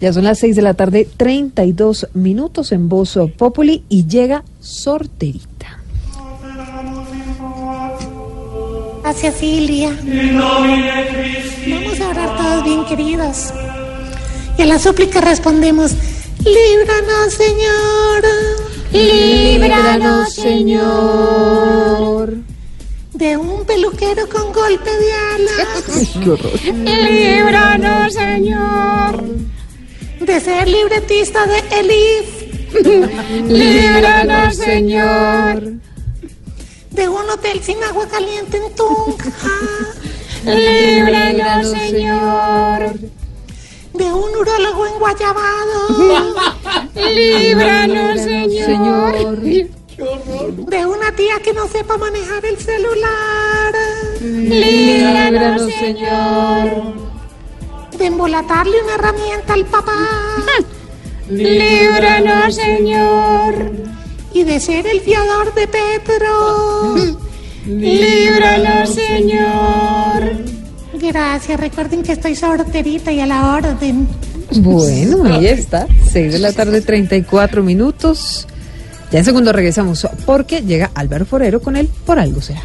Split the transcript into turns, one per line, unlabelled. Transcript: Ya son las 6 de la tarde, 32 minutos en Voz Populi y llega Sorterita.
Hacia Filia. Vamos a orar todos bien queridos. Y a la súplica respondemos, líbranos Señor.
Líbranos, Señor.
De un peluquero con golpe de alas.
Qué horror.
Líbranos, Señor.
De ser libretista de Elif.
Líbranos, Señor.
De un hotel sin agua caliente en Tunja.
Líbranos, Señor.
De un urólogo en Guayabado.
Líbranos, Señor.
De una tía que no sepa manejar el celular.
Líbranos, Señor.
De embolatarle una herramienta al papá.
Líbranos, Señor.
Y de ser el fiador de Petro.
Líbranos, Señor.
Gracias, recuerden que estoy sorterita y a la orden.
Bueno, ahí está. 6 de la tarde, 34 minutos. Ya en segundo regresamos porque llega Álvaro Forero con él Por Algo Será.